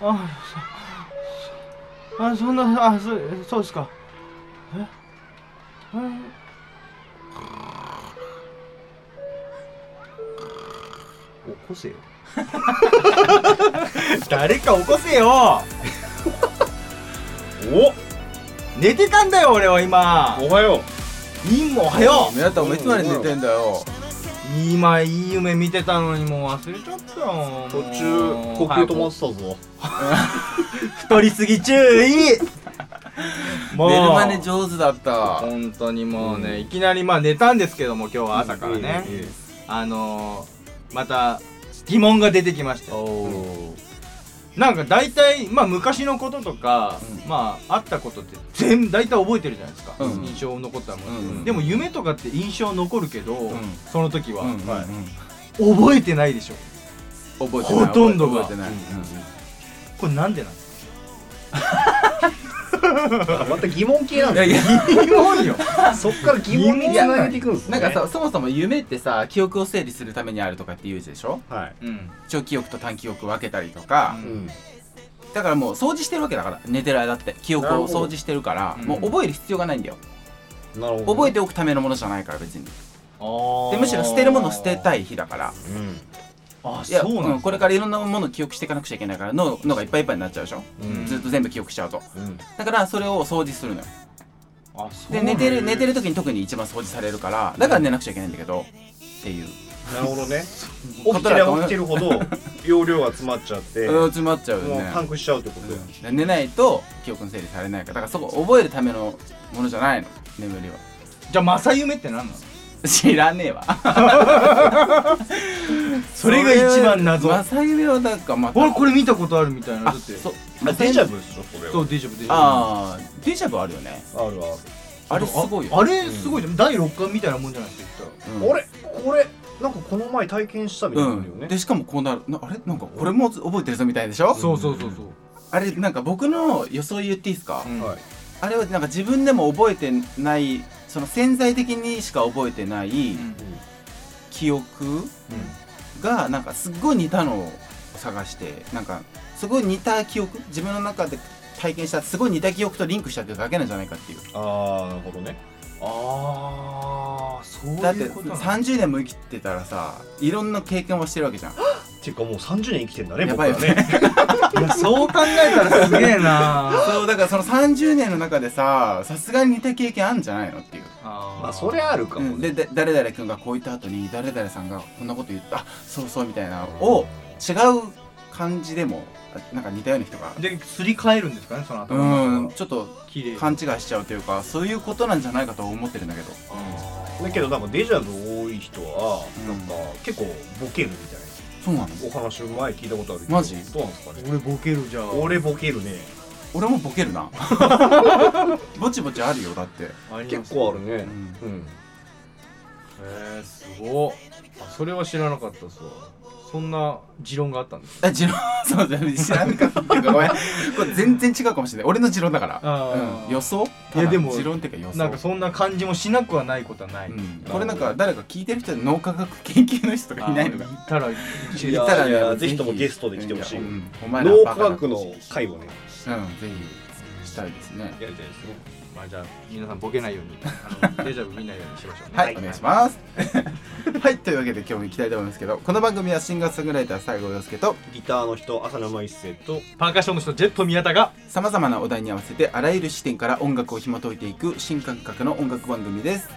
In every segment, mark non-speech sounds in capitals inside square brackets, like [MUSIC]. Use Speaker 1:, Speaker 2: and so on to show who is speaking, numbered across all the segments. Speaker 1: あそあそんなあそそうですかええ起こせよ
Speaker 2: 誰か起こ
Speaker 1: [LAUGHS]
Speaker 2: せよ
Speaker 3: お
Speaker 2: 寝てたんだよ俺は今
Speaker 3: おはよ
Speaker 2: いいもんおはよ
Speaker 4: 宮田お前いつまで寝てんだよ
Speaker 2: う今いい夢見てたのにもう忘れちゃったよ
Speaker 3: う途中呼吸止まってたぞ
Speaker 2: 太りすぎ注
Speaker 1: [LAUGHS]
Speaker 2: 意もう
Speaker 4: 寝るまね上手だった
Speaker 2: 本当にもうね、いきなりまあ寝たんですけども今日は朝からね、
Speaker 3: うんうんうん
Speaker 2: あのー、また疑問が出てきました
Speaker 4: お
Speaker 2: なんか大体まあ昔のこととか、まああったことって全部大体覚えてるじゃないですか、
Speaker 4: うん
Speaker 2: 印象残ったもの、
Speaker 4: うん
Speaker 2: でも夢とかって印象残るけど、
Speaker 4: ん
Speaker 2: その時は、
Speaker 4: うん
Speaker 3: はい
Speaker 2: 覚えてないでしょ
Speaker 4: 覚えてない
Speaker 2: ほとんどが
Speaker 4: 覚えてないうん
Speaker 2: これなんでなんです
Speaker 3: あまた疑問系なん
Speaker 4: い
Speaker 3: だ
Speaker 4: やいや
Speaker 2: か疑問よ
Speaker 3: そっから疑問につなげていくんです
Speaker 4: な
Speaker 3: ね
Speaker 4: んかさそもそも夢ってさ記憶を整理するためにあるとかって言うでしょ
Speaker 3: はい
Speaker 2: うん
Speaker 4: 長記憶と短記憶分けたりとか
Speaker 2: う、
Speaker 3: うん
Speaker 4: だからもう掃除してるわけだから寝てる間って記憶
Speaker 3: なる
Speaker 4: を
Speaker 3: ほど
Speaker 4: 掃除してるから
Speaker 2: うん
Speaker 4: もう覚える必要がないんだよ
Speaker 3: なるほど
Speaker 4: 覚えておくためのものじゃないから別に
Speaker 2: あ
Speaker 4: でむしろ捨てるものを捨てた
Speaker 2: い
Speaker 4: い日だから
Speaker 3: うん
Speaker 2: あ
Speaker 4: いや
Speaker 2: そうなんだ
Speaker 4: うんこれからいろんなものを記憶していかなくちゃいけないから脳脳がいっぱいいっぱいになっちゃうでしょ
Speaker 3: うん
Speaker 4: ずっと全部記憶しちゃうと
Speaker 3: うん
Speaker 4: だからそれを掃除するのよ
Speaker 2: あそう
Speaker 4: で
Speaker 2: なんだ
Speaker 4: 寝てる寝てる時に特に一番掃除されるからだから寝なくちゃいけないんだけどっていう
Speaker 3: なるほどね
Speaker 4: こ
Speaker 3: 起きて
Speaker 4: とだと
Speaker 3: りゃ
Speaker 4: 思う
Speaker 3: 起きてるほ
Speaker 4: [LAUGHS]
Speaker 3: ど容量が詰まっちゃって
Speaker 4: うん
Speaker 3: もう
Speaker 4: 詰まっちゃうよね
Speaker 3: パンクしちゃうってことよ
Speaker 4: うん寝ないと記憶の整理されないからだからそこ覚えるためのものじゃないの眠りは [LAUGHS]
Speaker 2: じゃあ正夢って何なの
Speaker 4: 知らねえわ
Speaker 2: [LAUGHS] それが一番謎
Speaker 4: 正夢はなんかまた
Speaker 2: 俺これ見たことあるみたいなだ
Speaker 4: あ
Speaker 2: って
Speaker 4: そう
Speaker 3: あデジャブでしょそれ
Speaker 2: そ
Speaker 3: は
Speaker 2: うデジャブデジャブ
Speaker 4: あーデジャブあるよね
Speaker 3: あるある
Speaker 4: あれすごいよ
Speaker 2: ああれすごいじゃん、第6巻みたいなもんじゃないですか言ったら
Speaker 4: うん
Speaker 3: あれこれなんかこの前体験したみたいなのあるよ
Speaker 4: うん、
Speaker 3: ね
Speaker 4: でしかもこうなるなあれなんかこれも覚えてるぞみたいでしょ
Speaker 2: そうそうそうそう、
Speaker 4: あれなんか僕の予想言っていいですか、
Speaker 2: うん
Speaker 3: はい
Speaker 4: あれはなんか自分でも覚えてないその潜在的にしか覚えてない記憶がなんかすっごい似たのを探してなんかすごい似た記憶自分の中で体験したすごい似た記憶とリンクしちゃってるだけなんじゃないかっていう
Speaker 3: ああなるほどね
Speaker 2: ああそう
Speaker 4: だって
Speaker 2: いうことなの
Speaker 4: 30年も生きてたらさいろんな経験をしてるわけじゃん
Speaker 3: ていうかもう30年生きてんだね
Speaker 4: や
Speaker 3: 僕
Speaker 4: ばい
Speaker 3: は
Speaker 4: よ
Speaker 3: ね
Speaker 4: ね
Speaker 2: [LAUGHS] いやそう考えたらすげえ
Speaker 4: [LAUGHS]
Speaker 2: な
Speaker 4: そうだからその30年の中でささすがに似た経験あんじゃないのっていう
Speaker 2: あ
Speaker 3: まあそりゃあるかも
Speaker 4: うん、
Speaker 3: ね
Speaker 4: でで誰々君がこう言った後に誰々さんがこんなこと言ったあそうそうみたいなを違う感じでもあなんか似たような人が
Speaker 2: ですり替えるんですかねその後
Speaker 4: うんちょっと
Speaker 2: 綺麗に
Speaker 4: 勘違いしちゃうというかそういうことなんじゃないかと思ってるんだけど
Speaker 3: だけどなんかデジャブ多い人は
Speaker 4: うん
Speaker 3: なんか結構ボケるみたい
Speaker 4: そうなの
Speaker 3: なお話を前聞いたことあるけど
Speaker 4: マジ
Speaker 3: どうなんですかね
Speaker 2: 俺ボケるじゃん
Speaker 3: 俺ボケるね
Speaker 4: 俺もボケるなぼちぼちあるよだって、
Speaker 2: あります
Speaker 3: 結構あるね
Speaker 4: うん
Speaker 3: うん
Speaker 2: へえすごっあそれは知らなかったっすわそんな持論があったんです
Speaker 4: あ、ジロー、そうだね、知らなかったっていうか、 [LAUGHS] ごめん。これ全然違うかもしれない。俺の持論だから。
Speaker 2: あー
Speaker 4: うん、予想
Speaker 2: いやでも
Speaker 4: 持論っていうか予想。
Speaker 2: なんかそんな感じもしなくはないことはない、
Speaker 4: うん、これなんか誰か聞いてる人で脳科学研究の人とかいないのか
Speaker 2: あーたら
Speaker 3: いや
Speaker 4: いたらね
Speaker 3: いやぜひともゲストで来てほしい
Speaker 4: やうんお前ら
Speaker 3: 脳
Speaker 4: バ
Speaker 3: 科
Speaker 4: カだ
Speaker 3: 学の会をね
Speaker 4: うんぜひしたいですね
Speaker 3: やりたいですね
Speaker 2: まあじゃあ皆さんボケないようにあのデジャブ見ないようにしましょうね
Speaker 4: はい、お願いします [LAUGHS] はいというわけで今日も行きたいと思いますけどこの番組はシンガーソングライター西郷陽介と
Speaker 3: ギターの人浅沼一生と
Speaker 2: パーカッションの人ジェット宮田が
Speaker 4: さまざまなお題に合わせてあらゆる視点から音楽を紐解いていく新感覚の音楽番組です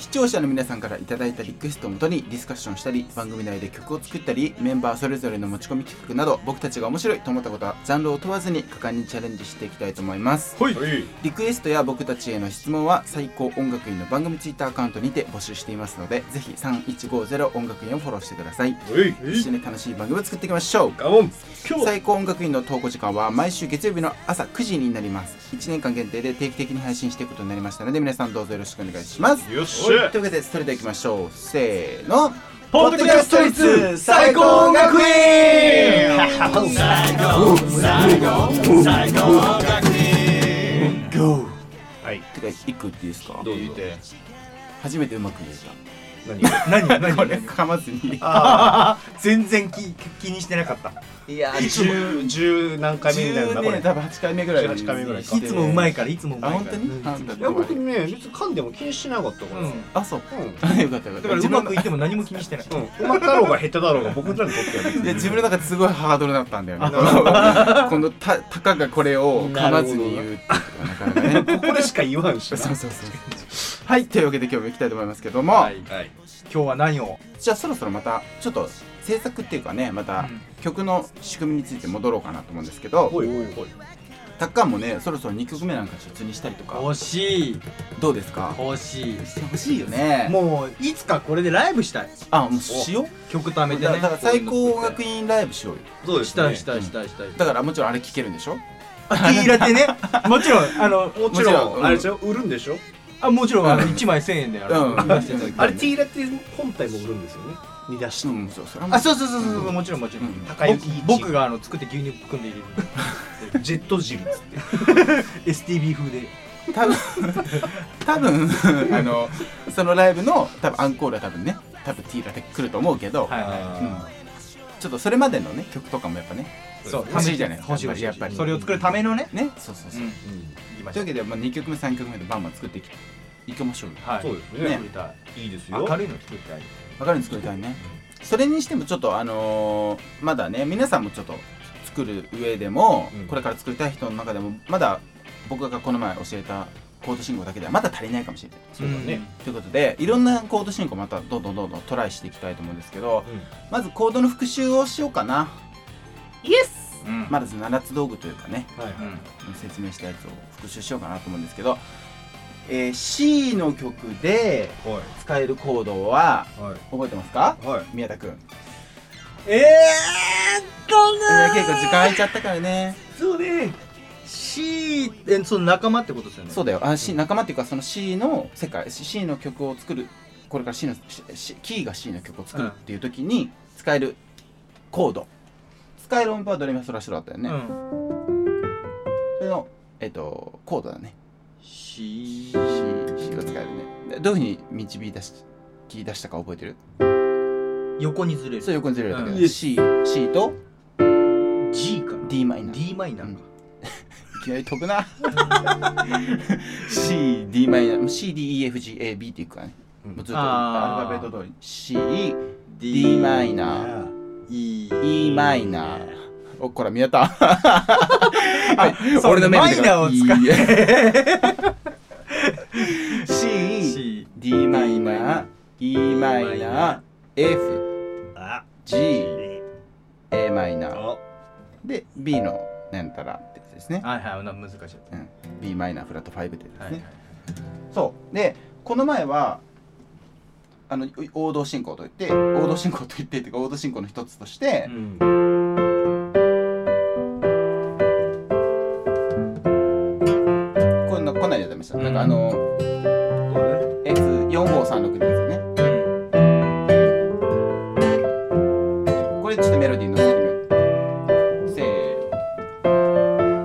Speaker 4: 視聴者の皆さんからいただいたリクエストをもとにディスカッションしたり番組内で曲を作ったりメンバーそれぞれの持ち込み企画など僕たちが面白いと思ったことはジャンルを問わずに果敢にチャレンジしていきたいと思います
Speaker 2: ほい
Speaker 3: はい
Speaker 4: リクエストや僕たちへの質問は最高音楽院の番組ツイッターアカウントにて募集していますのでぜひ3150音楽院をフォローしてください
Speaker 3: はい
Speaker 4: 一緒に楽しい番組を作っていきましょう
Speaker 3: ガモン今日
Speaker 4: 最高音楽院の投稿時間は毎週月曜日の朝9時になります1年間限定で定期的に配信していくことになりましたので皆さんどうぞよろしくお願いします
Speaker 3: よっし
Speaker 4: という
Speaker 3: ゃ
Speaker 4: わけでそれではいきましょうせーの
Speaker 2: ポッドキャスト率最高音
Speaker 4: [LAUGHS]
Speaker 2: 楽
Speaker 4: 院
Speaker 3: はい
Speaker 4: てかいくっていいですか
Speaker 3: どうぞ
Speaker 4: 初めてうまく言えた
Speaker 3: 何
Speaker 2: 何何
Speaker 4: これ噛まずに
Speaker 2: あー全然気気にしてなかった
Speaker 4: いや
Speaker 3: いつも十何回目になるんだこ
Speaker 4: 10
Speaker 3: れ
Speaker 4: ね多分8回目ぐらい
Speaker 3: 18回目ぐらいか
Speaker 2: いつもうまい
Speaker 4: か
Speaker 2: からいつもうまい
Speaker 4: あ本
Speaker 2: か
Speaker 4: 当
Speaker 2: ら
Speaker 4: になんだ
Speaker 3: いや
Speaker 4: ろう
Speaker 3: 僕ね別に噛んでも気にしなかったから
Speaker 2: うん
Speaker 4: あそう
Speaker 3: うん
Speaker 4: あ [LAUGHS] よかったよか
Speaker 2: だ
Speaker 4: った
Speaker 2: からう
Speaker 4: 自
Speaker 2: ま
Speaker 4: 分
Speaker 2: く
Speaker 4: の
Speaker 2: いっても何も気にしてない
Speaker 3: うん、うまかろうが下手だろうが僕らにとっては別
Speaker 4: い
Speaker 3: に
Speaker 4: や自分の中ですごいハードルだったんだよね
Speaker 3: あ
Speaker 4: こ [LAUGHS] のこのたたかがこれを噛まずに言うっていうのがなかなかね
Speaker 3: ここでしか言わんし
Speaker 4: [LAUGHS] そう
Speaker 3: な
Speaker 4: そうそうそうはいというわけで今日も行きたいと思いますけども、
Speaker 2: はい
Speaker 3: はい
Speaker 2: 今日は何を
Speaker 4: じゃあそろそろまたちょっと制作っていうかねま
Speaker 2: う
Speaker 4: た
Speaker 2: ん
Speaker 4: 曲の仕組みについて戻ろうかなと思うんですけど、
Speaker 3: おいおいおい
Speaker 4: タッカンもねそろそろ2曲目なんか出にしたりとか
Speaker 2: 欲しい
Speaker 4: どうですか
Speaker 2: 欲しい
Speaker 4: してほしいよね
Speaker 2: もういつかこれでライブしたい
Speaker 4: あもうしよう
Speaker 2: 曲貯めて
Speaker 4: だ
Speaker 2: ね
Speaker 4: だから最高音
Speaker 2: こ
Speaker 4: 楽院ライブしようよ
Speaker 3: そ
Speaker 2: う
Speaker 3: う
Speaker 2: いうの作って
Speaker 3: で
Speaker 2: したいしたいしたいしたい
Speaker 4: だからもちろんあれ聴けるんでしょ
Speaker 2: あティーラテねもちろんあの
Speaker 3: もち
Speaker 4: もち
Speaker 3: ろ
Speaker 4: ろ
Speaker 3: ん、
Speaker 4: んうん
Speaker 3: あれでしょ売るんでしょ
Speaker 2: あもちろんあの1枚1000円であ
Speaker 4: うん
Speaker 2: の出してる
Speaker 3: あれティーラテ本体も売るんですよね煮出し
Speaker 4: う
Speaker 3: の
Speaker 4: んそうそれはも
Speaker 2: あ
Speaker 4: う
Speaker 2: そうそうそうそうそうもちろんもちろん
Speaker 4: うん
Speaker 3: 高雪一
Speaker 2: 僕僕があの作って牛乳組んで入れるんで
Speaker 3: ジェット汁っつって
Speaker 2: STB 風で
Speaker 4: 多分多分 [LAUGHS] あのそのライブの多分アンコールは多分ね多分ティーラテ来ると思うけど、
Speaker 2: はいは
Speaker 4: ちょっとそれまでのね曲とかもやっぱね
Speaker 2: いそう
Speaker 4: 欲しいじゃない
Speaker 2: 欲しい欲しい
Speaker 4: やっぱり
Speaker 2: それを作るためのね
Speaker 4: ねそうそうそう、
Speaker 2: うん
Speaker 3: うん
Speaker 2: 行きましょ
Speaker 4: とい
Speaker 2: う
Speaker 4: うわけで、まあ、2曲目3曲目でバンバン作っていきいきましょうよ
Speaker 2: はい
Speaker 3: そうですね
Speaker 2: 作りたい
Speaker 3: いいですよ
Speaker 2: 明るいの作りたい
Speaker 4: 分かるに作りたいねそれにしてもちょっとあのーまだね皆さんもちょっと作る上でも、
Speaker 3: うん
Speaker 4: これから作りたい人の中でもまだ僕がこの前教えたコード進行だけではまだ足りないかもしれない
Speaker 3: そうだね
Speaker 4: ということでいろんなコード進行またどんどんどんどんトライしていきたいと思うんですけどまずコードの復習をしようかな
Speaker 2: うん
Speaker 4: まず7つ道具というかね
Speaker 3: はいは
Speaker 2: う
Speaker 3: い
Speaker 2: ん
Speaker 4: 説明したやつを復習しようかなと思うんですけど、えー C の曲で
Speaker 3: は
Speaker 4: 使えるコードはい
Speaker 3: はい
Speaker 4: 覚えてますか
Speaker 3: はい
Speaker 4: 宮田君
Speaker 2: えーっと
Speaker 4: えー
Speaker 2: ね
Speaker 4: 結構時間空いちゃったからね
Speaker 2: そうね C えその仲間ってことですよね
Speaker 4: そうだよあ C 仲間っていうかその C の世界 C の曲を作るこれから C のししキーが C の曲を作るっていう時に使えるコード使える音符はドレミファソラシドだったよね、
Speaker 2: うん
Speaker 4: それの、えっとコードだね
Speaker 2: C
Speaker 4: C, C が使えるねでどういうふうに導い出し切り出したか覚えてる
Speaker 2: 横にずれ
Speaker 4: そう
Speaker 2: る
Speaker 4: 横にずれるだけだ、
Speaker 2: うん
Speaker 4: C, C と
Speaker 2: G かな
Speaker 4: d マイナー
Speaker 2: D マイナーか
Speaker 4: いきなり飛ぶ
Speaker 2: [LAUGHS]
Speaker 4: な CD マイナー CDEFGAB っていうからね
Speaker 3: うん
Speaker 4: もうずっと
Speaker 2: あ
Speaker 4: ア
Speaker 2: ー
Speaker 4: ルファベット通り CD マイナー
Speaker 2: E
Speaker 4: E マイナーおこら見え
Speaker 2: [LAUGHS]
Speaker 4: た
Speaker 2: そうマイナーを使 [LAUGHS]
Speaker 4: う
Speaker 2: C
Speaker 4: CD マイナー E マイナー
Speaker 3: あ
Speaker 4: FGA マイナー
Speaker 3: あ
Speaker 4: で B のなんたらってやつですね
Speaker 2: はいはいな難しいやつ
Speaker 4: B マイナーフラット5ってやつですね、
Speaker 2: はいはい
Speaker 4: そうでこの前はあのお王道進行といって王道進行といってっていうか王道進行の一つとして
Speaker 2: う
Speaker 3: うんん
Speaker 4: こんなこんなんやってました、
Speaker 2: うん
Speaker 4: なんかあの F4536 のやつね
Speaker 2: うん
Speaker 4: これちょっとメロディーに乗せてみようせーの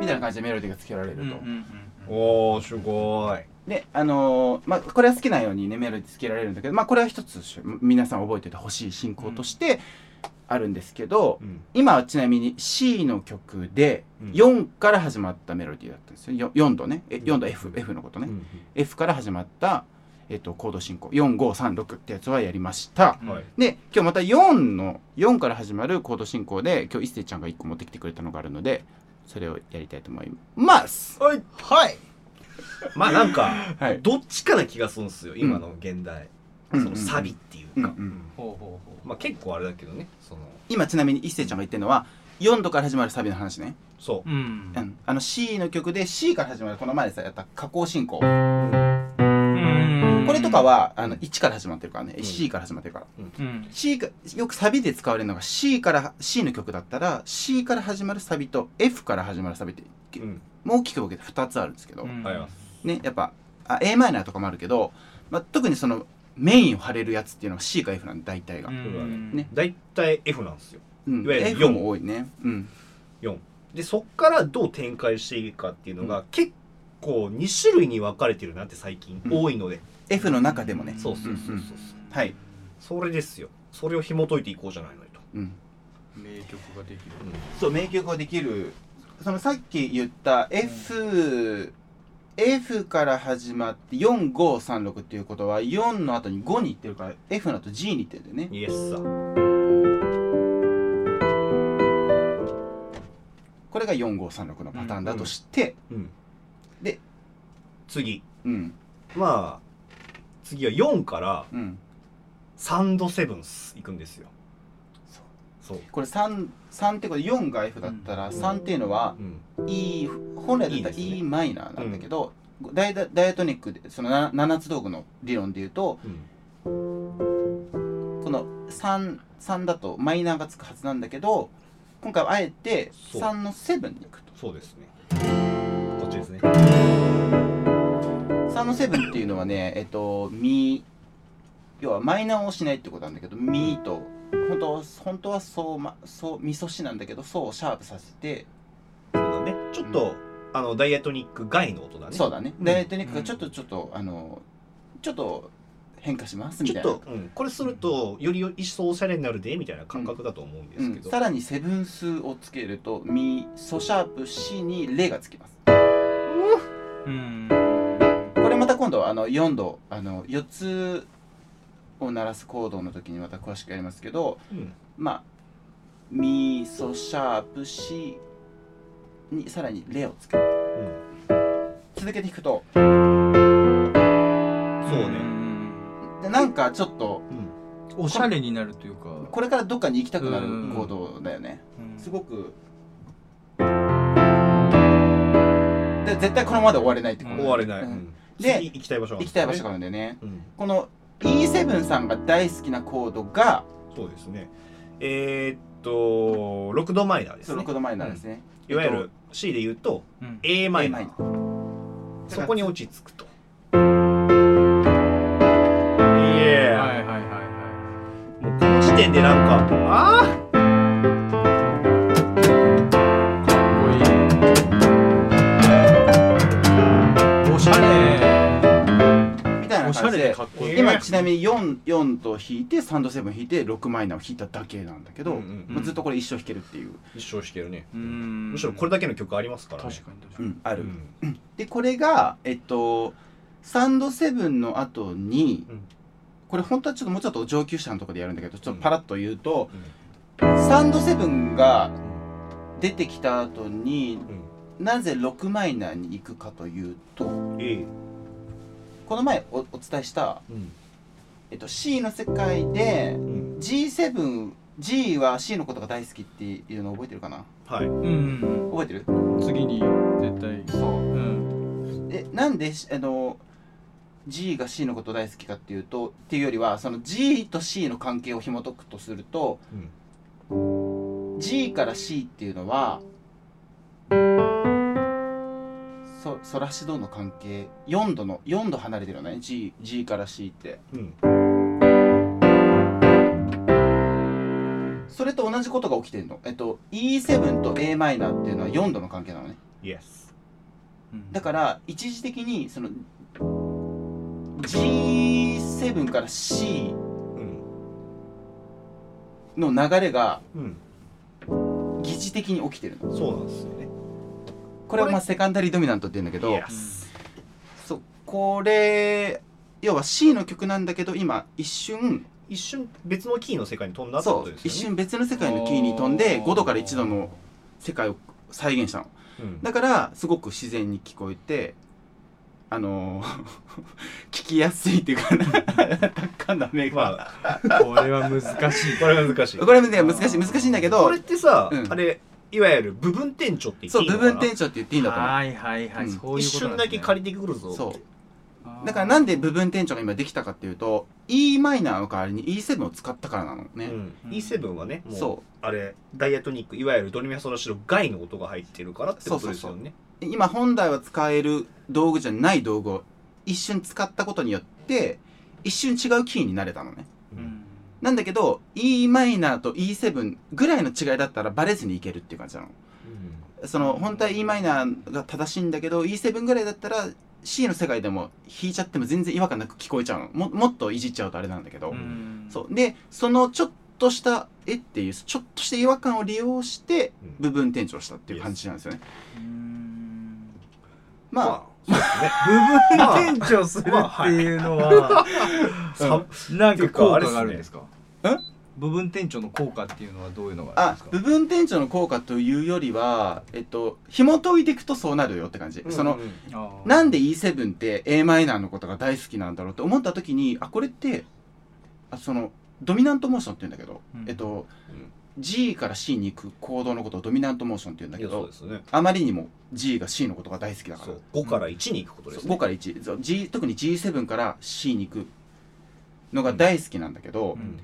Speaker 4: みたいな感じでメロディーがつけられると、
Speaker 2: うんうん
Speaker 3: おーすごい
Speaker 4: であのーまあこれは好きなようにねメロディーつけられるんだけどまあこれは一つ皆さん覚えててほしい進行としてあるんですけど、
Speaker 3: うん
Speaker 4: 今はちなみに C の曲で
Speaker 3: うん
Speaker 4: 4から始まったメロディーだったんですよ 4, 度ねえ
Speaker 3: ん
Speaker 4: 4度 F, F のことね、
Speaker 3: うん
Speaker 4: F から始まった、えっと、コード進行4536ってやつはやりました
Speaker 2: うん
Speaker 3: はい
Speaker 4: で今日また4の4から始まるコード進行で今日一星ちゃんが1個持ってきてくれたのがあるのでそれをやりたいと思います
Speaker 2: はいはい
Speaker 3: まあなんか
Speaker 4: はい
Speaker 3: どっちかな気がするんですよ今の現代
Speaker 4: うん
Speaker 3: そのサビっていううん
Speaker 4: う
Speaker 3: か
Speaker 4: ん
Speaker 2: ほうほうほう
Speaker 3: まあ結構あれだけどねその
Speaker 4: 今ちなみに一星ちゃんが言ってるのは4度から始まるサビの話ね、
Speaker 3: そううん
Speaker 4: うん、あの C の曲で C から始まるこの前さやった下降進行これとかはあの1から始まってるからね、
Speaker 3: うん
Speaker 4: C から始まってるから
Speaker 2: うん
Speaker 4: C がよくサビで使われるのが C から C の曲だったら C から始まるサビと F から始まるサビって
Speaker 3: うん
Speaker 4: もう大きく分けて2つあるんですけど、
Speaker 2: うん
Speaker 3: はいはい
Speaker 4: ねやっぱあ a マイナーとかもあるけど、まあ、特にそのメインを張れるやつっていうのは C か F なんで大体が、
Speaker 1: うん
Speaker 4: ね
Speaker 3: 大体 F なんですよ
Speaker 4: うん
Speaker 3: いわゆる
Speaker 4: F も多いねうん
Speaker 3: 4でそっからどう展開していいかっていうのが、結構2種類に分かれてるなって最近
Speaker 4: うん
Speaker 3: 多いので、
Speaker 4: F の中でもね
Speaker 3: そうそうそうそう、
Speaker 4: うんはい、
Speaker 3: それですよそれを紐解いていこうじゃないのよと、
Speaker 4: うん、
Speaker 2: 名曲ができる
Speaker 4: そう名曲ができるそのさっき言った F、F から始まって4536っていうことは4の後に5にいってるから F の後 G にいってるんだよね
Speaker 3: イエスさ
Speaker 4: これが4536のパターンだとして
Speaker 3: うん
Speaker 4: で
Speaker 3: 次
Speaker 4: うん
Speaker 3: まあ次は4から
Speaker 4: うん
Speaker 3: サンドセブンス行くんですよそう
Speaker 4: これ 3, 3ってことで4が F だったら3っていうのは
Speaker 3: う、ん、
Speaker 4: E 本来だ
Speaker 3: い
Speaker 4: ったら
Speaker 3: いですね
Speaker 4: E マイナーなんだけど、ダイダダイアトニックでそのな7つ道具の理論で言うと
Speaker 3: うん、
Speaker 4: この 3, 3だとマイナーがつくはずなんだけど今回はあえて
Speaker 3: そう
Speaker 4: 3の7に行くと
Speaker 3: そうですねこっちですね
Speaker 4: 3の7っていうのはねえっとミ要はマイナーをしないってことなんだけどミと本当は本当はそうまそうミソシなんだけどそうをシャープさせて
Speaker 3: そうだねちょっと、あのダイエトニック外の音だね
Speaker 4: そうだね
Speaker 3: うん
Speaker 4: ダイアトニックがちょっとちょっとあのちょっと変化しますみ
Speaker 3: ち
Speaker 4: た
Speaker 3: ょ
Speaker 4: い
Speaker 3: っ
Speaker 4: な
Speaker 3: と、うんこれするとより一層おしゃれになるでみたいな感覚だと思うんで
Speaker 4: う
Speaker 3: す
Speaker 4: ん
Speaker 3: けど、
Speaker 4: さらにセブンスをつけるとミソシャープ C にレがつきます
Speaker 1: うん
Speaker 4: これまた今度はあの4度あの4つを鳴らすコードの時にまた詳しくやりますけど
Speaker 3: うん
Speaker 4: まあミソシャープ C にさらにレをつける
Speaker 3: うん
Speaker 4: 続けていくと
Speaker 3: そうね、
Speaker 4: でなんかちょっと
Speaker 3: うん
Speaker 1: おしゃれになるというか
Speaker 4: これからどっかに行きたくなる
Speaker 1: うん
Speaker 4: コードだよね
Speaker 1: うん
Speaker 4: すごくで絶対このままで終われないってこ
Speaker 1: うん
Speaker 4: と
Speaker 3: 終われない、
Speaker 4: うん
Speaker 3: うん
Speaker 4: で
Speaker 3: 次行きたい場所があるんで
Speaker 4: 行
Speaker 3: す
Speaker 4: き
Speaker 3: ね
Speaker 4: たい場所があるんだよね
Speaker 3: うん
Speaker 4: この E7 さんが大好きなコードが
Speaker 3: そうですねえー、っと6度マイナーです
Speaker 4: ロ
Speaker 3: ね
Speaker 4: クドマイナーですね、
Speaker 3: いわゆる C で言うと
Speaker 1: うん
Speaker 3: A マイナ
Speaker 4: A マイ
Speaker 3: ーそこに落ち着くとイ
Speaker 1: は
Speaker 3: エ
Speaker 1: い
Speaker 3: ー
Speaker 1: はいはいは
Speaker 3: もうこの時点でなんかあ
Speaker 1: いかっこいいおしゃれ
Speaker 4: みたいな
Speaker 1: おしゃ
Speaker 4: 感じ
Speaker 1: れで
Speaker 4: で
Speaker 1: かっこいい
Speaker 3: え
Speaker 4: 今ちなみに 4, 4と弾いて3度7弾いて6マイナーを弾いただけなんだけ
Speaker 3: ー
Speaker 4: ど、
Speaker 3: うんうん
Speaker 4: もうずっとこれ一生弾けるっていう、
Speaker 3: 一生弾けるね
Speaker 1: うん
Speaker 3: むしろこれだけの曲ありますからね
Speaker 1: 確かに確かに
Speaker 4: あ
Speaker 3: う
Speaker 4: る、
Speaker 3: ん
Speaker 4: でこれがえっとサンドセブンの後に、
Speaker 3: うん
Speaker 4: これ本当はちょっともうちょっと上級者のところでやるんだけどちょっとパラッと言うと、
Speaker 3: うん
Speaker 4: サンドセブンが出てきた後になぜ6マイナーに行くかというと
Speaker 3: うん A
Speaker 4: この前おお伝えした、
Speaker 3: うん
Speaker 4: えっと、C の世界で、
Speaker 3: うん
Speaker 4: G7 G は C のことが大好きっていうの覚えてるかな
Speaker 3: はい
Speaker 1: うんうん
Speaker 4: 覚えてる
Speaker 1: うん次に絶対
Speaker 4: そ
Speaker 1: うん
Speaker 4: うえなんでしあの G が C のこと大好きかっていうとっていうよりはその G と C の関係を紐解くとすると
Speaker 3: うん
Speaker 4: G から C っていうのはそソラシドの関係4度の4度離れてるよね G, G から C って
Speaker 3: うん
Speaker 4: それと同じことが起きてるのえっと E7 と Am っていうのは4度の関係なのね
Speaker 3: Yes
Speaker 4: だから一時的にその G7 から C
Speaker 3: うん
Speaker 4: の流れが
Speaker 3: うん
Speaker 4: 疑似的に起きてるの
Speaker 3: そうなんですよね
Speaker 4: これはまあ
Speaker 3: こ
Speaker 4: セカンダリードミナントって言うんだけど
Speaker 3: Yes
Speaker 4: そうこれ要は C の曲なんだけど今一瞬
Speaker 3: 一瞬別のキーの世界に飛んだってこ
Speaker 4: そ
Speaker 3: と
Speaker 4: う
Speaker 3: です
Speaker 4: 一
Speaker 3: よね
Speaker 4: 瞬別の世界のキーに飛んで
Speaker 1: あー
Speaker 4: 5度から1度の世界を再現したの
Speaker 3: うん
Speaker 4: だからすごく自然に聞こえてあのー [LAUGHS] 聞きやすいっていうかな高な目が、
Speaker 3: まあ
Speaker 1: これは難しい
Speaker 3: これ難しい
Speaker 4: これもね難しい難しいんだけど
Speaker 3: これってさ、
Speaker 4: うん
Speaker 3: あれいわゆる部分転調って言って
Speaker 4: そ
Speaker 3: いういの
Speaker 4: 部
Speaker 3: かな
Speaker 4: 分転調って言っていいんだと思
Speaker 1: はいはいはい、
Speaker 4: うん
Speaker 1: そういう
Speaker 3: 一
Speaker 1: ことなんです
Speaker 3: 瞬
Speaker 1: ね
Speaker 3: だけ借りてくるぞ
Speaker 4: うそう
Speaker 1: あー
Speaker 4: だからなんで部分転調が今できたかっていうと e マイナーの代わりに E7 を使ったからなの
Speaker 3: う
Speaker 4: ね、
Speaker 3: ん
Speaker 1: うん
Speaker 3: E7 はねもう
Speaker 4: そ
Speaker 3: あれダイアトニックいわゆるドリミファソラシド外の音が入ってるからってことですよね
Speaker 4: う今本来は使える道具じゃない道具を一瞬使ったことによって一瞬違うキーになれたのね
Speaker 1: うん
Speaker 4: なんだけど e マイナーと E7 ぐらいの違いだったらバレずにいけるっていう感じなのその本当は e マイナーが正しいんだけど E7 ぐらいだったら C の世界でも弾いちゃっても全然違和感なく聞こえちゃうのももっといじっちゃうとあれなんだけど、
Speaker 1: うん
Speaker 4: そうでそのちょっとしたえっていうちょっとした違和感を利用して
Speaker 3: うん
Speaker 4: 部分転調したっていう感じなんですよね、
Speaker 1: うん
Speaker 4: まあ
Speaker 3: まあそうですね
Speaker 2: 部
Speaker 3: [LAUGHS]
Speaker 2: 分転調するっていうのは、
Speaker 3: さ
Speaker 2: なんか効果
Speaker 3: っていうか
Speaker 2: が
Speaker 3: あ
Speaker 2: あ
Speaker 3: れ
Speaker 2: るん
Speaker 3: っすね
Speaker 2: ですか
Speaker 4: え
Speaker 2: 部分転調の効果っていうのはどういうのがあるん
Speaker 4: あ
Speaker 2: ですか
Speaker 4: 部分転調の効果というよりはえっと紐解いていくとそうなるよって感じ、その
Speaker 2: あー
Speaker 4: なんで E7 って a マイナーのことが大好きなんだろうって思った時にあこれってあそのドミナントモーションって言うんだけど、
Speaker 1: うん
Speaker 4: えっと、
Speaker 3: うん
Speaker 4: G から C に行く行動のことをドミナントモーションって言うんだ
Speaker 3: い
Speaker 4: け
Speaker 3: やそう
Speaker 4: ど
Speaker 3: ですね
Speaker 4: あまりにも G が C のことが大好きだから
Speaker 3: そう5から1に行くことです
Speaker 4: そう
Speaker 3: ね
Speaker 4: 5から1そう G 特に G7 から C に行くのが大好きなんだけど、
Speaker 2: うん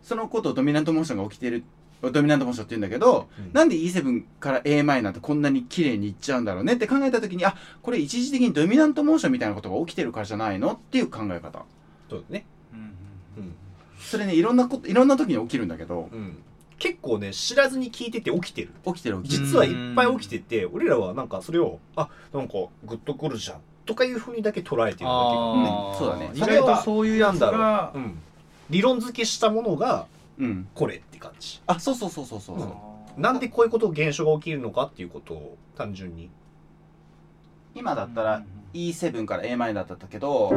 Speaker 4: そのことをドミナントモーションが起きてるドミナントモーションって言うんだけど、
Speaker 3: うん
Speaker 4: なんで E7 から a マイナーってこんなに綺麗にいっちゃうんだろうねって考えた時にあこれ一時的にドミナントモーションみたいなことが起きてるからじゃないのっていう考え方
Speaker 3: そうですね
Speaker 1: うん
Speaker 3: うん
Speaker 4: それねいろんなこといろんな時に起きるんだけど
Speaker 3: うん結構ね知らずに聞いてて起きてる
Speaker 4: 起きてる起きてる
Speaker 3: 実はいっぱい起きてて俺らはなんかそれをあなんかグッとくるじゃんとかいうふうにだけ捉えてるだ
Speaker 2: あー
Speaker 4: うんそうだね
Speaker 2: 意外とそういうやつ
Speaker 3: なんだ
Speaker 2: が
Speaker 3: け、うん、理論付けしたものが
Speaker 4: うん
Speaker 3: これって感じ
Speaker 4: あそうそうそうそうそう、
Speaker 3: うんなんでこういうこと現象が起きるのかっていうことを単純に
Speaker 4: 今だったら E7 から a マイナーだったけど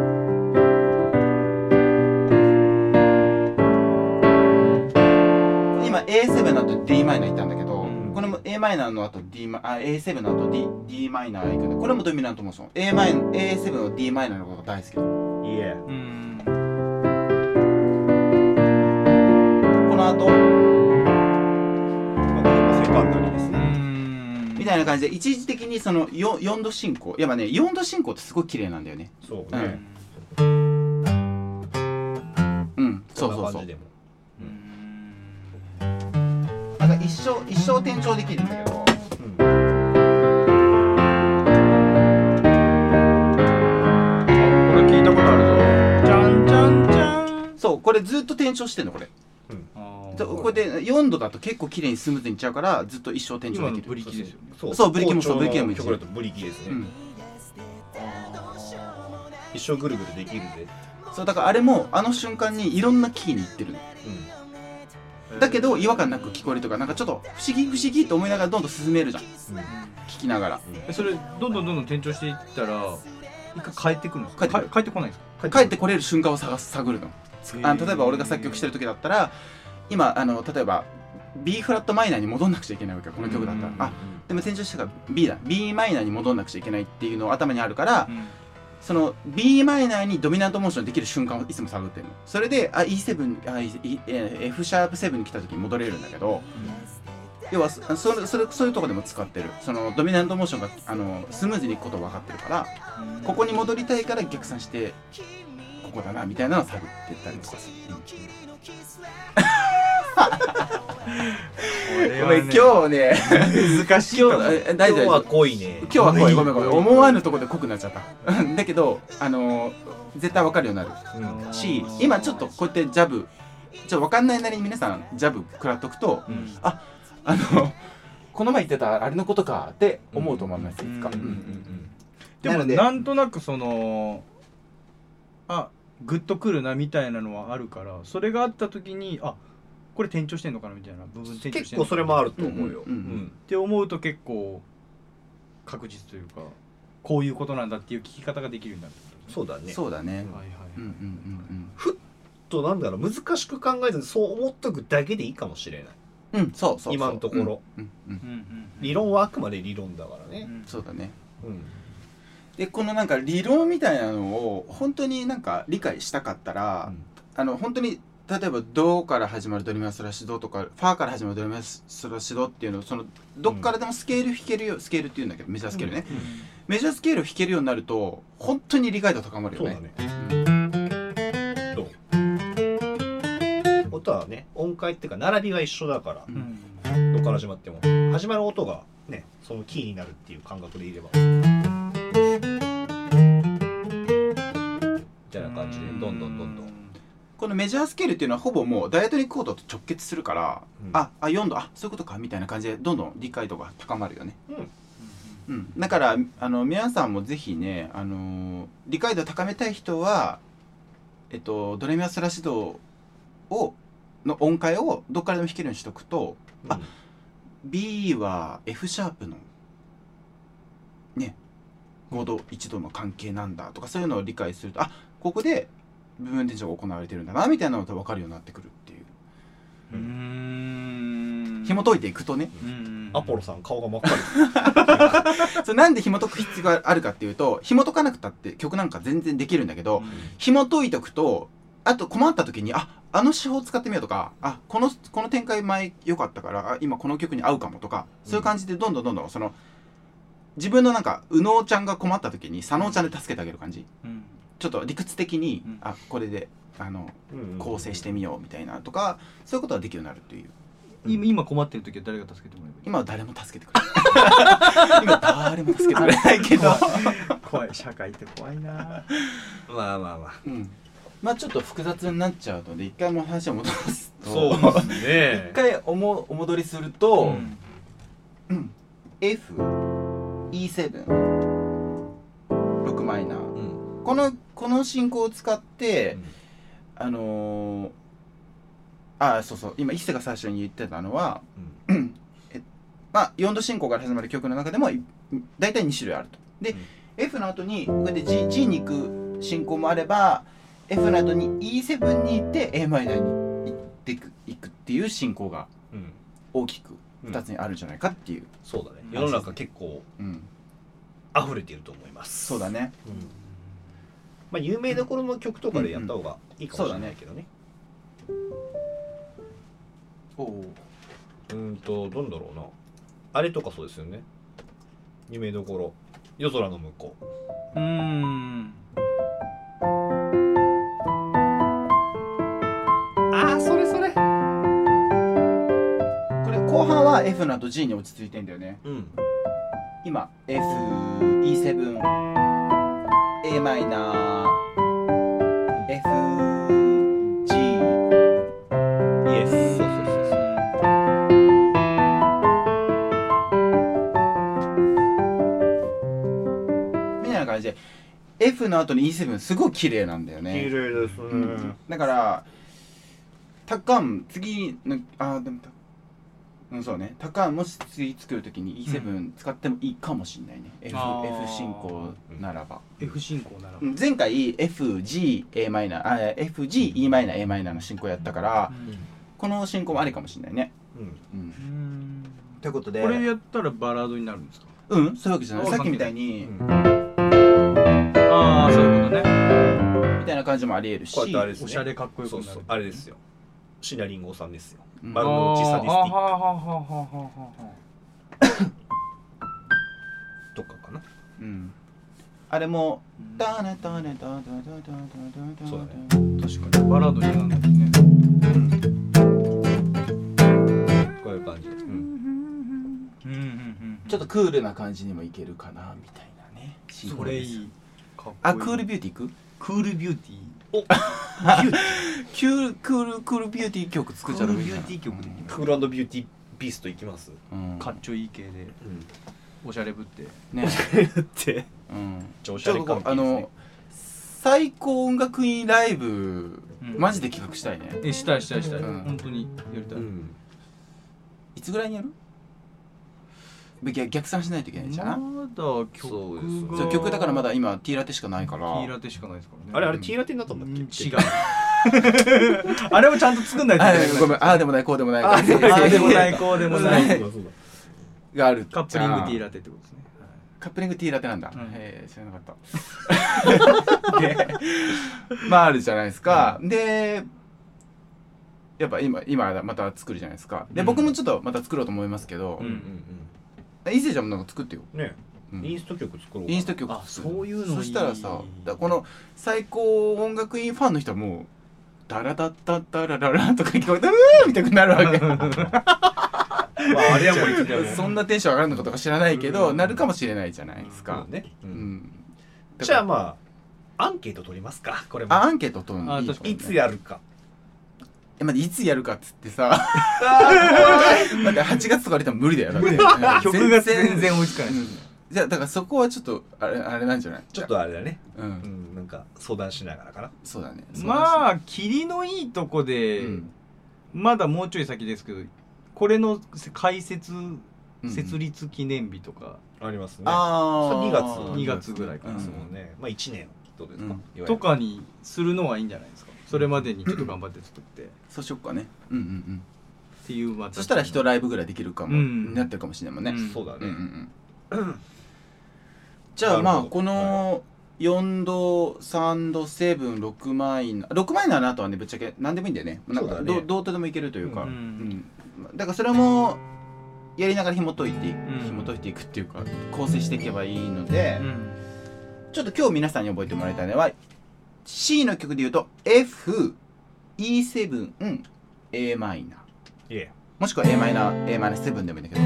Speaker 4: 今 A7 の後 d マイナー行ったんだけど、
Speaker 1: うん
Speaker 4: これも a マイナーの後 d マあ A7 の後 d, d マイナー行くんだこれもドミナントモーション a マイ A7 の d マイナーのことが大好きだこ
Speaker 3: いえ
Speaker 1: うん
Speaker 4: の後
Speaker 3: セカンダリーです
Speaker 1: う
Speaker 3: ね
Speaker 1: ん
Speaker 4: みたいな感じで一時的にその 4, 四度進行やっぱね4度進行ってすごい綺麗なんだよね
Speaker 3: そう
Speaker 1: う
Speaker 3: ね、
Speaker 1: ん
Speaker 4: うんそ
Speaker 3: そうう
Speaker 4: そ
Speaker 3: そうう
Speaker 4: そ
Speaker 3: そううでも
Speaker 4: なんか一生一生転調できるんだけど
Speaker 3: うん
Speaker 2: あこれ聞いたことある
Speaker 1: じゃんじゃんじゃん
Speaker 4: そうこれずっと転調してんのこれ
Speaker 1: あー
Speaker 4: そうこれで4度だと結構綺麗にスムーズにいっちゃうからずっと一生転調
Speaker 2: 今
Speaker 4: で
Speaker 2: の
Speaker 4: きる
Speaker 2: ブリキですよね
Speaker 3: そう
Speaker 4: そうブリキもそ
Speaker 3: 校
Speaker 4: う
Speaker 3: 長の
Speaker 4: ブリキでもいいし
Speaker 3: 曲だとブリキですね、
Speaker 4: うん、
Speaker 3: 一生ぐるぐるできるぜ、
Speaker 4: そうだからあれもあの瞬間にいろんなキーに行ってるのだけど違和感なく聞こえるとかなんかちょっと不思議不思議と思いながらどんどん進めるじゃん
Speaker 3: うんうん
Speaker 4: 聞きながら
Speaker 2: えそれどんどんどんどん転調していったら一回帰ってくるんですか
Speaker 4: 帰ってくる
Speaker 2: か帰ってこないんですか
Speaker 4: 帰ってこれる瞬間を探す探るのあ例えば俺が作曲して
Speaker 2: る
Speaker 4: る時だったら今あの例えば B フラットマイナーに戻んなくちゃいけないわけよこの曲だったら
Speaker 2: うん
Speaker 4: あでも転調してから B だ B マイナーに戻んなくちゃいけないっていうのを頭にあるからその b マイナーにドミナントモーションできる瞬間をいつも探ってるのそれであ E7 あ E- E- えー F シャープ7に来た時に戻れるんだけど要はそそれそれそういうとこでも使ってるそのドミナントモーションがあのスムーズにいくことを分かってるからここに戻りたいから逆算してここだなみたいなのを探ってったりとかする、ごめん今日ね [LAUGHS]
Speaker 2: 日難しい
Speaker 4: 今日え大
Speaker 3: 今
Speaker 4: 丈
Speaker 3: 日
Speaker 4: 夫
Speaker 3: は濃いね
Speaker 4: 今日はごめんごめんごめん思わぬとこで濃くなっちゃった [LAUGHS] だけどあの絶対分かるようになる
Speaker 3: うん
Speaker 4: し今ちょっとこうやってジャブちょっと分かんないなりに皆さんジャブ食らっとくと
Speaker 3: うん
Speaker 4: あのこの前言ってたあれのことかって思うと思います、いつか、
Speaker 1: うん
Speaker 3: うんうん
Speaker 2: で
Speaker 4: な
Speaker 2: も
Speaker 4: ので
Speaker 2: なんとなくそのあグッとくるなみたいなのはあるからそれがあった時にあこれ転調してんのかなみたいな部分
Speaker 3: う
Speaker 2: 転
Speaker 3: ん
Speaker 2: 調して
Speaker 3: 結
Speaker 2: んの
Speaker 3: 構
Speaker 2: か
Speaker 3: そ
Speaker 2: な
Speaker 3: れもあると思うよ、
Speaker 4: うんうんうん
Speaker 2: って思うと結構確実というかこういうことなんだっていう聞き方ができるようになるってことです
Speaker 3: そうだね
Speaker 4: そうだね
Speaker 2: ねはいはい
Speaker 4: うんうんうん
Speaker 3: となんだろう難しく考えずにそう思っとくだけでいいかもしれない
Speaker 4: うんうんそうそうそう
Speaker 3: 今のところ、
Speaker 4: うん
Speaker 1: う
Speaker 4: うんうん
Speaker 1: んうんうん
Speaker 3: 理論はあくまで理論だからね、
Speaker 1: ん
Speaker 4: そうだね
Speaker 3: うん
Speaker 4: でこのなんか理論みたいなのを本当になんか理解したかったら、
Speaker 3: うん
Speaker 4: あの本当に例えば「ド」から始まるドリミファソラシドとか「ファ」から始まるドリミファソラシドっていうのをそのどっからでもスケール弾けるよスケールっていうんだけどメジャースケールね、メジャースケールを弾けるようになると本当に理解度高まるよ
Speaker 3: そう
Speaker 4: ね
Speaker 3: だね、どう音はね音階っていうか並びが一緒だから
Speaker 4: う、ん
Speaker 1: うん
Speaker 3: どっから始まっても始まる音がねそのキーになるっていう感覚でいればたいな感じでどんどんどんどん
Speaker 4: このメジャースケールっていうのはほぼもうダイエットリックコードと直結するから、
Speaker 3: うん
Speaker 4: ああ4度あそういうことかみたいな感じでどんどん理解度が高まるよね、
Speaker 2: う
Speaker 4: うん、だからあの皆さんもぜひね、あのー理解度高めたい人は、えっと、ドレミアスラシドをの音階をどっからでも弾けるようにしとくと
Speaker 3: あ
Speaker 4: B は F シャープのね5度1度の関係なんだとかそういうのを理解するとあここで部分転調が行われてるんだなみたいなのが分かるようになってくるっていう
Speaker 2: ーん
Speaker 4: 紐解いていくとね
Speaker 2: うん
Speaker 3: アポロさん顔が真っ赤です
Speaker 4: それなんで紐解く必要があるかっていうと紐解かなくたって曲なんか全然できるんだけど、紐解いとくとあと困った時にああの手法使ってみようとかあこのこの展開前良かったからあ今この曲に合うかもとかそういう感じでどんどんどんどんその自分のなんか右脳ちゃんが困った時に左脳ちゃんで助けてあげる感じ
Speaker 2: うん
Speaker 4: ちょっと理屈的に、
Speaker 2: うん
Speaker 4: あこれであの構成してみようみたいなとかそういうことができるようになるという
Speaker 2: 今今困ってる時は誰が助けてもらえばいい
Speaker 4: 今は誰も助けてくれない今誰も助けてくれないけど、
Speaker 2: 怖い社会って怖いな
Speaker 3: まあまあまあ
Speaker 4: うん、まあちょっと複雑になっちゃうので一回もう話を戻すと
Speaker 3: そうですね
Speaker 4: 一回おもお戻りすると、
Speaker 2: うん、
Speaker 4: F E7 6マイナー
Speaker 3: うん
Speaker 4: このこの進行を使って、
Speaker 3: うん
Speaker 4: あのー、あそうそう今伊勢が最初に言ってたのは、まあ、4度進行から始まる曲の中でもい大体2種類あるとで、
Speaker 3: うん
Speaker 4: F の後にこうやって G, G に行く進行もあれば F の後に E7 に行って a マイナーに行ってく行くっていう進行が
Speaker 3: うん
Speaker 4: 大きく
Speaker 3: うん
Speaker 4: 2つにあるんじゃないかっていう、
Speaker 3: そうだね世の中結構
Speaker 4: うん、
Speaker 3: 溢れていると思います
Speaker 4: そうだね
Speaker 3: うんまあ有名どころの曲とかでやった方がいいかもしれないけどね
Speaker 4: おお
Speaker 3: うんとどんだろうなあれとかそうですよね有名どころ夜空の向こ
Speaker 2: う
Speaker 3: う
Speaker 2: ん
Speaker 3: ああそれそれ
Speaker 4: これ後半は F の後 G に落ち着いてんだよね
Speaker 3: うん
Speaker 4: 今 FE7Am マイナー FG
Speaker 3: イエスそうそうそうそう
Speaker 4: みたいな感じで F の後に E7 すごい綺麗なんだよね、
Speaker 3: 麗ですね
Speaker 4: うん、だからタッカン次のあーでもタうんそうねタッカンもし次作るときに E7 使ってもいいかもしれないね、F,
Speaker 2: あー
Speaker 4: F 進行ならば、
Speaker 2: F 進行なら
Speaker 4: うん前回 FGAm あ FGEmAm の進行やったからこの進行もありかもしれないね、
Speaker 3: うん
Speaker 4: う
Speaker 2: う、
Speaker 4: ん
Speaker 2: ん
Speaker 4: ということで
Speaker 2: これやったらバラードになるんですか
Speaker 4: うんそういうわけじゃない
Speaker 2: あ
Speaker 4: さっきみたいに、
Speaker 2: ああそういうことね
Speaker 4: みたいな感じもありえるし
Speaker 3: こうやってあれですね
Speaker 2: おしゃれかっこよく
Speaker 3: そ
Speaker 2: な
Speaker 3: う
Speaker 2: る
Speaker 3: そうあれですよシナリンゴさんですよ
Speaker 4: うん
Speaker 3: 丸の内サディスティック
Speaker 2: あーはははははは
Speaker 3: とかかな
Speaker 4: うんあれも「
Speaker 2: だ
Speaker 4: タネタネタタタタタタタ
Speaker 3: そうだ
Speaker 2: 確かにバラードになるんですね
Speaker 3: こういう感じ
Speaker 2: うんうんうん
Speaker 4: ちょっとクールな感じにもいけるかなみたいなね進行
Speaker 2: それい
Speaker 4: です
Speaker 2: いかっこいい
Speaker 4: あクールビューティー行く
Speaker 2: クールビューティー
Speaker 4: キュールクールクールビューティー曲作っちゃう
Speaker 2: クールビューティー曲できる
Speaker 3: クールビューティービーストいきます
Speaker 4: うん、
Speaker 2: かっちょいい系で
Speaker 3: うん
Speaker 2: おしゃれぶ
Speaker 4: [LAUGHS]
Speaker 2: って
Speaker 4: ね
Speaker 3: って
Speaker 4: うん
Speaker 3: ちょおし
Speaker 4: ち
Speaker 3: ゃ
Speaker 4: ょっ
Speaker 3: れ
Speaker 4: とこ
Speaker 3: 感
Speaker 4: うあの最高音楽院ライブ、
Speaker 2: うん
Speaker 4: マジで企画したいね
Speaker 2: えしたいしたいしたい
Speaker 4: うん
Speaker 2: 本当にやりたい
Speaker 3: うん
Speaker 4: いつぐらいにやる逆逆算しないといけないじゃん、
Speaker 2: まだ
Speaker 3: そうで
Speaker 2: 曲
Speaker 3: す
Speaker 2: が
Speaker 4: そう曲だからま
Speaker 2: だ
Speaker 4: だ今 T ラテしかないから
Speaker 2: ラテしかないですからね
Speaker 3: あれあれ
Speaker 4: うん
Speaker 3: T ラテになったんだっけ
Speaker 2: 違うあれをちゃんと作んないとい
Speaker 4: あ
Speaker 2: けない
Speaker 4: ごめんああでもないこうでもない
Speaker 2: ああーでもないこうで
Speaker 3: で
Speaker 2: も
Speaker 3: も
Speaker 2: な
Speaker 3: ないい
Speaker 4: [LAUGHS] がある
Speaker 2: カップリング T
Speaker 4: ラ
Speaker 2: ラテってことですね
Speaker 4: カップリング T ラテなんだ、
Speaker 2: うん
Speaker 4: へえ知らなかったでまああるじゃないですか、でやっぱ今今また作るじゃないですかで、
Speaker 2: うん
Speaker 4: 僕もちょっとまた作ろうと思いますけど
Speaker 2: う
Speaker 3: うんん
Speaker 2: う
Speaker 3: うんん
Speaker 4: 伊勢ちゃんもなんか作ってよ、
Speaker 3: うんね
Speaker 4: うん
Speaker 3: インスト曲作ろう
Speaker 4: インスト曲
Speaker 2: あそういうのいい
Speaker 4: そしたらさだこの最高音楽院ファンの人はもう「ダラダッタッタラララ」とか聞こえて「うー!」みたいになる
Speaker 2: [LAUGHS]
Speaker 4: わけ
Speaker 3: まああれはもういつで [LAUGHS] も
Speaker 4: そんなテンション上がるのかとか知らないけど、なるかもしれないじゃないです
Speaker 3: か
Speaker 4: か、
Speaker 3: ねう
Speaker 4: うんん
Speaker 3: じゃあまあアンケート取りますかこれも
Speaker 4: あアンケート取るの
Speaker 2: あ
Speaker 4: いい
Speaker 2: 確かに
Speaker 3: いつやるか
Speaker 4: え待っていつやるかっつってさ [LAUGHS] 待って8月とか出たら無理だよだって
Speaker 2: [LAUGHS] 曲が全然追いつかない
Speaker 4: うんじゃあだからそこはちょっとあれあれなんじゃない
Speaker 3: ちょっとあれだね
Speaker 4: う
Speaker 3: うんんなんか相談しながらかな
Speaker 4: そうだね
Speaker 2: ま
Speaker 4: あ
Speaker 2: あ霧のいいとこで、
Speaker 4: うん
Speaker 2: まだもうちょい先ですけどこれの開設設
Speaker 4: 立
Speaker 2: 立記念日とか、
Speaker 3: ありますね
Speaker 4: ああ
Speaker 3: そう
Speaker 2: 二
Speaker 3: 2
Speaker 2: 月ぐらいから
Speaker 3: です
Speaker 2: う
Speaker 3: もんねまあ1年どうですか
Speaker 4: うん
Speaker 3: いわゆる
Speaker 2: とかにするのはいいんじゃないですかそれまでにちょっと頑張って作ってっ
Speaker 4: そうしよっかねうんうんうん
Speaker 2: ていうま
Speaker 4: そしたら一ライブぐらいできるか
Speaker 2: う
Speaker 4: も、
Speaker 2: ん
Speaker 4: なってるかもしれないもん
Speaker 2: う
Speaker 4: ね、
Speaker 2: ん
Speaker 3: そうだ
Speaker 4: うんうんう
Speaker 3: ね
Speaker 4: んじゃあまあ
Speaker 3: なるほど
Speaker 4: この4度3度76マイナー6マイナーの後はねぶっちゃけ何でもいいんだよねなんか
Speaker 3: そうだ
Speaker 4: ど
Speaker 3: ね
Speaker 4: うどうとでもいけるというか、
Speaker 2: う
Speaker 4: うんんだからそれもやりながら紐解いていく、
Speaker 2: ん
Speaker 4: 紐解いていくっていうか構成していけばいいので、
Speaker 2: うん
Speaker 4: ちょっと今日皆さんに覚えてもらいたいのは C の曲で言うと FE7A マイナー
Speaker 3: いえ
Speaker 4: もしくは a マイナー a マイナー7でもいいんだ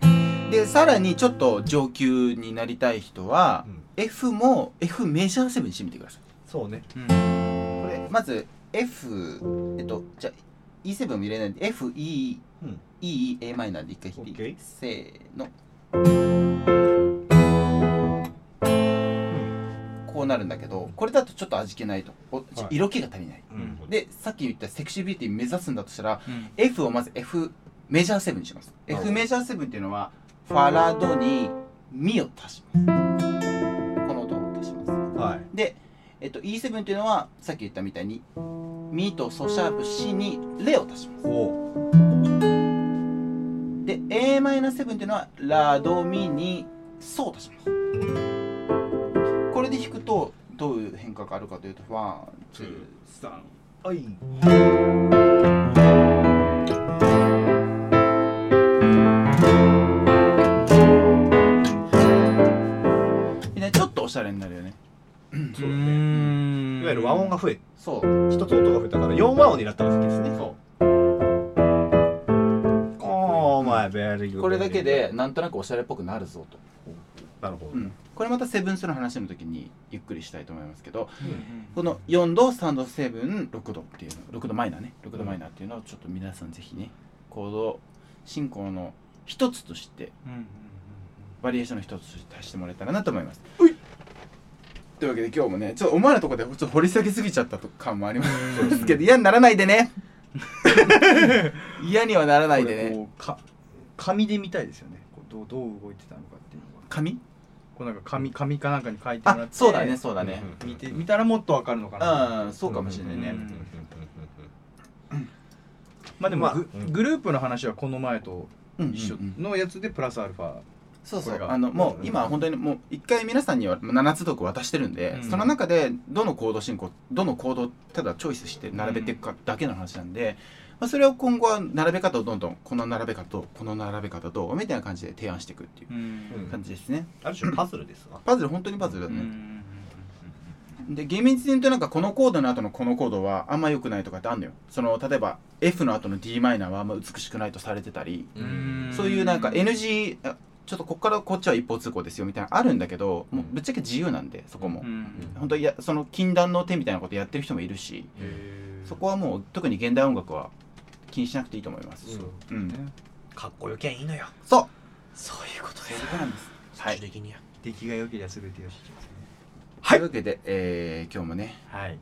Speaker 4: けどでさらにちょっと上級になりたい人は
Speaker 3: う、ん
Speaker 4: F も F メジャー7にしてみてください
Speaker 3: そうね
Speaker 2: うん
Speaker 4: これまず F えっとじゃあ E7 も入れないで FE
Speaker 3: うん
Speaker 4: E A マイナーで一回弾いて、
Speaker 3: OK
Speaker 4: せーの、こうなるんだけどこれだとちょっと味気ないとおちょ
Speaker 3: はい
Speaker 4: 色気が足りない、
Speaker 3: うん
Speaker 4: でさっき言ったセクシービューティー目指すんだとしたら
Speaker 2: うん
Speaker 4: F をまず F メジャー7にします
Speaker 3: なるほ
Speaker 4: F
Speaker 3: ど
Speaker 4: メジャー7っていうのはファラドにミを足しますこの音を足します
Speaker 3: はい
Speaker 4: で、えっと、E7 っていうのはさっき言ったみたいにミとソシャープ C にレを足します
Speaker 3: お
Speaker 4: で Am7 っていうのはラドミにソを足しますこれで弾くとどういう変化があるかというとワンツー
Speaker 2: さん
Speaker 3: はい
Speaker 4: みたいなちょっとおしゃれになるよね
Speaker 3: そうだねいわゆる和音が増え
Speaker 4: そう
Speaker 3: 一つ音が増えたから4和音になったわけですね
Speaker 4: そ
Speaker 3: おーまあベリー
Speaker 4: うこれだけでなんとなくおしゃれっぽくなるぞと
Speaker 3: なるほど
Speaker 4: うん、これまたセブンスの話の時にゆっくりしたいと思いますけど
Speaker 2: うん
Speaker 4: この4度3度7 6度っていうの6度マイナーね6度マイナーっていうのをちょっと皆さんぜひね行動進行の一つとして
Speaker 2: うん
Speaker 4: バリエーションの一つとして足してもらえたらなと思いますというわけで今日もねちょっと思わぬところでちょっと掘り下げすぎちゃったと感もありますけど嫌にならないでね嫌にはならないで
Speaker 2: これ
Speaker 4: ね
Speaker 2: こうか紙で見たいですよねこうどうどう動いてたのかっていうのが
Speaker 4: 紙
Speaker 2: こうなんか紙紙かなんかに書いてもら
Speaker 4: あ
Speaker 2: って
Speaker 4: そうだねそうだね
Speaker 2: 見て見たらもっとわかるのか
Speaker 4: う
Speaker 2: な、
Speaker 4: んそうかもしれないね、
Speaker 2: うんまあでも、
Speaker 3: まあ
Speaker 2: グ
Speaker 3: うん
Speaker 2: グループの話はこの前と
Speaker 4: うんうんうん
Speaker 2: 一緒のやつでプラスアルファ、
Speaker 4: そう
Speaker 2: こ
Speaker 4: そう
Speaker 2: れが
Speaker 4: あのも
Speaker 3: うん
Speaker 4: う
Speaker 3: うん
Speaker 4: 今本当にもう一回皆さんには7つどこ渡してるんで、
Speaker 2: うん
Speaker 4: その中でどの行動進行どの行動をただチョイスして並べていくかだけの話なんで、まあ、それを今後は並べ方をどんどんこの並べ方とこの並べ方とみたいな感じで提案していくっていう
Speaker 2: うん
Speaker 4: 感じですね
Speaker 3: ある種パズルですわ
Speaker 4: パズル本当にパズルだ
Speaker 2: うんう
Speaker 4: ね、
Speaker 2: ん
Speaker 4: で厳密に言うとなんかこのコードの後のこのコードはあんま良くないとかってあんのよその例えば F の後の Dm はあんま美しくないとされてたり
Speaker 2: うんうん
Speaker 4: そういうなんか NG あちょっとこっからこっちは一方通行ですよみたいなのあるんだけどもうぶっちゃけ自由なんでそこも、
Speaker 2: うん
Speaker 4: 本当いやその禁断の手みたいなことやってる人もいるしそこはもう特に現代音楽は気にしなくていいと思います、
Speaker 3: そう
Speaker 4: うん
Speaker 3: かっこよきゃいいのよ
Speaker 4: そう
Speaker 3: そういうこと
Speaker 4: そういうことなんですはい
Speaker 3: 最終的には
Speaker 2: 出来が良ければ全てよし
Speaker 4: というわけで、えー今日もね
Speaker 2: はい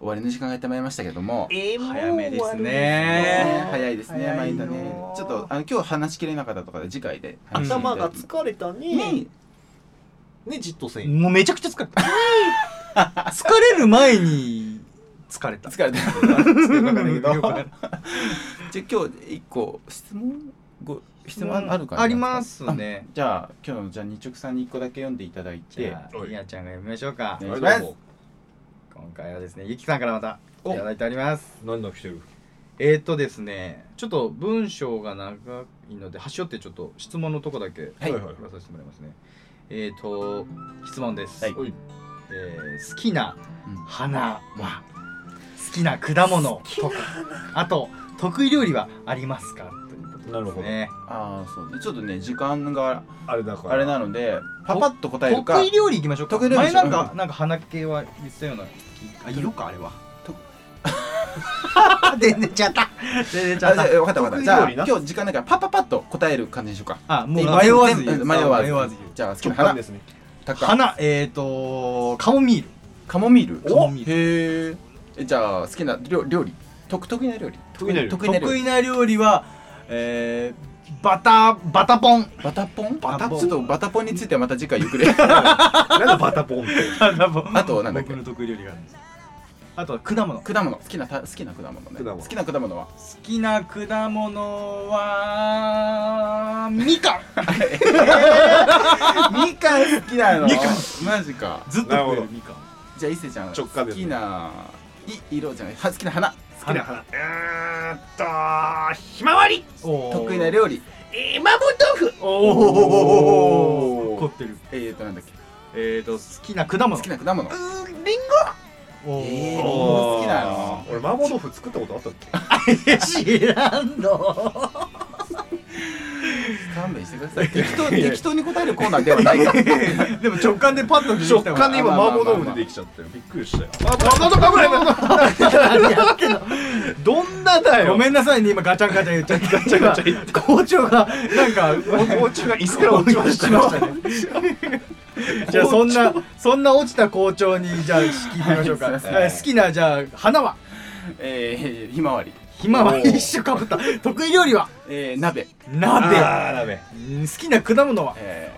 Speaker 4: 終わりの時間がやってまいりましたけども、
Speaker 3: え
Speaker 2: 早めです
Speaker 4: ね
Speaker 2: ね
Speaker 4: 早いですね
Speaker 2: 早
Speaker 4: 毎
Speaker 2: い
Speaker 4: 度
Speaker 2: よ
Speaker 4: ねちょっとあの今日話しきれなかったとかで次回で話してみたい
Speaker 3: 頭が疲れたね
Speaker 4: に
Speaker 3: ねじっとせんよ
Speaker 2: もうめちゃくちゃ疲れた疲れる前に疲れた
Speaker 4: 疲れてるわかんないけど
Speaker 2: よくわかんない
Speaker 4: じゃあ今日一個質問ご質問あるかな
Speaker 2: ありますね
Speaker 4: じゃあ今日のじゃあ日直さんに一個だけ読んでいただい
Speaker 2: じ
Speaker 4: て
Speaker 2: ゃありなちゃんが読みましょうか
Speaker 4: ね
Speaker 3: あれ
Speaker 4: お願い
Speaker 3: だ
Speaker 4: しま
Speaker 3: も
Speaker 2: 今回はですねゆきさんからまた
Speaker 3: お
Speaker 2: いただいております
Speaker 3: 何だ来てる
Speaker 2: えー、っとですねちょっと文章が長いので端折ってちょっと質問のとこだけ
Speaker 4: はい
Speaker 2: 言わさせてもらいますねえー、っと質問です、
Speaker 4: はい
Speaker 3: おい
Speaker 2: えー好きな
Speaker 4: うん
Speaker 2: 花は好きな果物とかあと得意料理はありますかということ
Speaker 3: なるほど、
Speaker 2: ね
Speaker 4: ああそうでちょっとね時間が
Speaker 3: あれだから
Speaker 4: あれなのでパパッと答えるか
Speaker 2: 得意料理いきましょうか
Speaker 4: 得意料理
Speaker 2: 前
Speaker 4: しよ
Speaker 2: な
Speaker 4: うん
Speaker 2: かなんか花系は言ってたようなあ色かあれは
Speaker 4: と
Speaker 2: 全然ちゃった全然ちゃ
Speaker 4: あ
Speaker 2: っ
Speaker 4: じゃあ
Speaker 2: た
Speaker 4: 分かった分かったじゃ
Speaker 3: 得意料理な
Speaker 4: あ今日時間ないからパパパッと答える感じにしようか
Speaker 2: あもう
Speaker 4: 今
Speaker 2: 迷わず言う
Speaker 4: 全部迷わず
Speaker 2: 迷わず言う
Speaker 4: じゃあ好き
Speaker 3: 直
Speaker 4: な
Speaker 3: 感
Speaker 4: 花
Speaker 3: ですね
Speaker 4: タカ
Speaker 2: 花えっ、ー、とカモミール
Speaker 4: カモミール
Speaker 2: カモミール
Speaker 4: へーえじゃあ好きな料料理得得意な料理
Speaker 3: 得意な料理
Speaker 4: 得意な料
Speaker 2: 得
Speaker 4: 理
Speaker 2: 意な料理は、えー、バタバタポン
Speaker 4: バタポン
Speaker 2: バタポン
Speaker 4: ちょっとバタポンについてはまた次回ゆっ
Speaker 2: [LAUGHS]
Speaker 4: くり
Speaker 3: なんだバタ [LAUGHS] ポンって
Speaker 2: バタポン
Speaker 4: あとなんだっけ
Speaker 2: 僕の得意料理があるんですあとは果物好
Speaker 4: 果物好きなた好きな果物ね
Speaker 3: 果物
Speaker 4: 好きな果物は
Speaker 2: きな果物はみかん
Speaker 4: みかん好きなの
Speaker 2: みかん
Speaker 4: マジか
Speaker 2: ずっと食えるみかん
Speaker 4: じゃあ伊勢ちゃん
Speaker 3: 直感ですね
Speaker 4: 好きな色じゃないは好きな花
Speaker 3: 好きな花うーんとひまわり
Speaker 2: おー
Speaker 4: 得意な料理
Speaker 3: えー麻婆豆腐
Speaker 2: お
Speaker 4: おー
Speaker 2: お凝ってる
Speaker 4: えーとなんだっけ
Speaker 2: えーと好きな果物
Speaker 4: 好きな果物
Speaker 3: うーんリン
Speaker 2: お
Speaker 4: えー
Speaker 2: お
Speaker 4: おー好きなの
Speaker 3: 俺麻婆豆腐作ったことあったっけ
Speaker 2: 知らんの
Speaker 4: 勘弁してください適当適当に答えるコーナーではない
Speaker 3: [LAUGHS]
Speaker 4: から
Speaker 2: でも直感でパッと出てき
Speaker 3: 食
Speaker 2: た
Speaker 3: 感で今
Speaker 4: まあまあ
Speaker 3: 麻
Speaker 4: まあまあ
Speaker 3: 婆豆腐出てきちゃったよびっくり
Speaker 4: [LAUGHS]
Speaker 3: したよ麻婆豆腐かぶれどんなだよ
Speaker 2: ごめんなさいね今ガチャンガチャン言っちゃって
Speaker 3: ガチャンガチャン言って
Speaker 2: 校長がなんか
Speaker 3: おお家が椅子から落ちました
Speaker 2: [LAUGHS] じゃあそんなそんな落ちた校長にじゃあ聞いてみましょうか、
Speaker 4: はいすいません
Speaker 2: えー好きなじゃあ花は
Speaker 4: えーひまわり
Speaker 2: ひまわ
Speaker 3: お
Speaker 2: り
Speaker 3: ー
Speaker 2: 一緒かぶった得意料理は
Speaker 4: えー鍋
Speaker 2: 鍋
Speaker 3: あーダメ
Speaker 2: うん好きな果物は
Speaker 4: え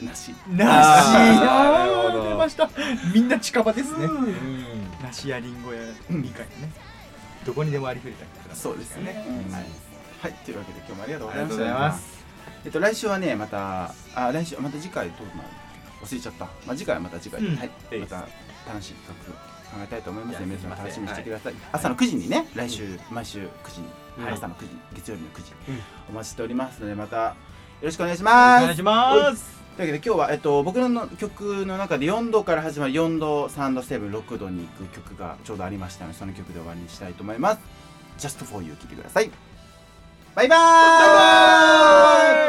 Speaker 4: ー梨
Speaker 2: 梨
Speaker 3: あー
Speaker 2: あ
Speaker 3: なるほ
Speaker 2: ー
Speaker 3: ど
Speaker 2: 出ましたみんな近場ですね
Speaker 3: うん
Speaker 2: 梨やりんごやみかんやねどこにでもありふれたりとか
Speaker 4: そうですね、はい、はい、というわけで今日もありがとう
Speaker 2: あ
Speaker 4: ござ
Speaker 2: りがとうご
Speaker 4: いました
Speaker 2: ざいます
Speaker 4: えっと来週はねまたあ来週また次回どうなる忘れちゃった、まあ、次回はまた次回で、
Speaker 2: うん
Speaker 4: はい
Speaker 3: いい
Speaker 4: ま
Speaker 3: です
Speaker 4: た楽しい企画考えたいと思いますので
Speaker 2: いや
Speaker 4: 皆さん
Speaker 2: ぜひぜ
Speaker 4: 楽し
Speaker 2: ひ
Speaker 4: みにしてください、朝の9時にね来週、毎週9時に、
Speaker 2: はい
Speaker 4: 朝の9時月曜日の9時、
Speaker 3: うん
Speaker 4: お待ちしておりますのでまたよろしくお願いし
Speaker 2: お
Speaker 4: ます
Speaker 2: 願いします
Speaker 4: というわけで今日は、えっと、僕の曲の中で4度から始まる4度3度76度に行く曲がちょうどありましたのでその曲で終わりにしたいと思います Just for you 聴いてくださいバイバーイ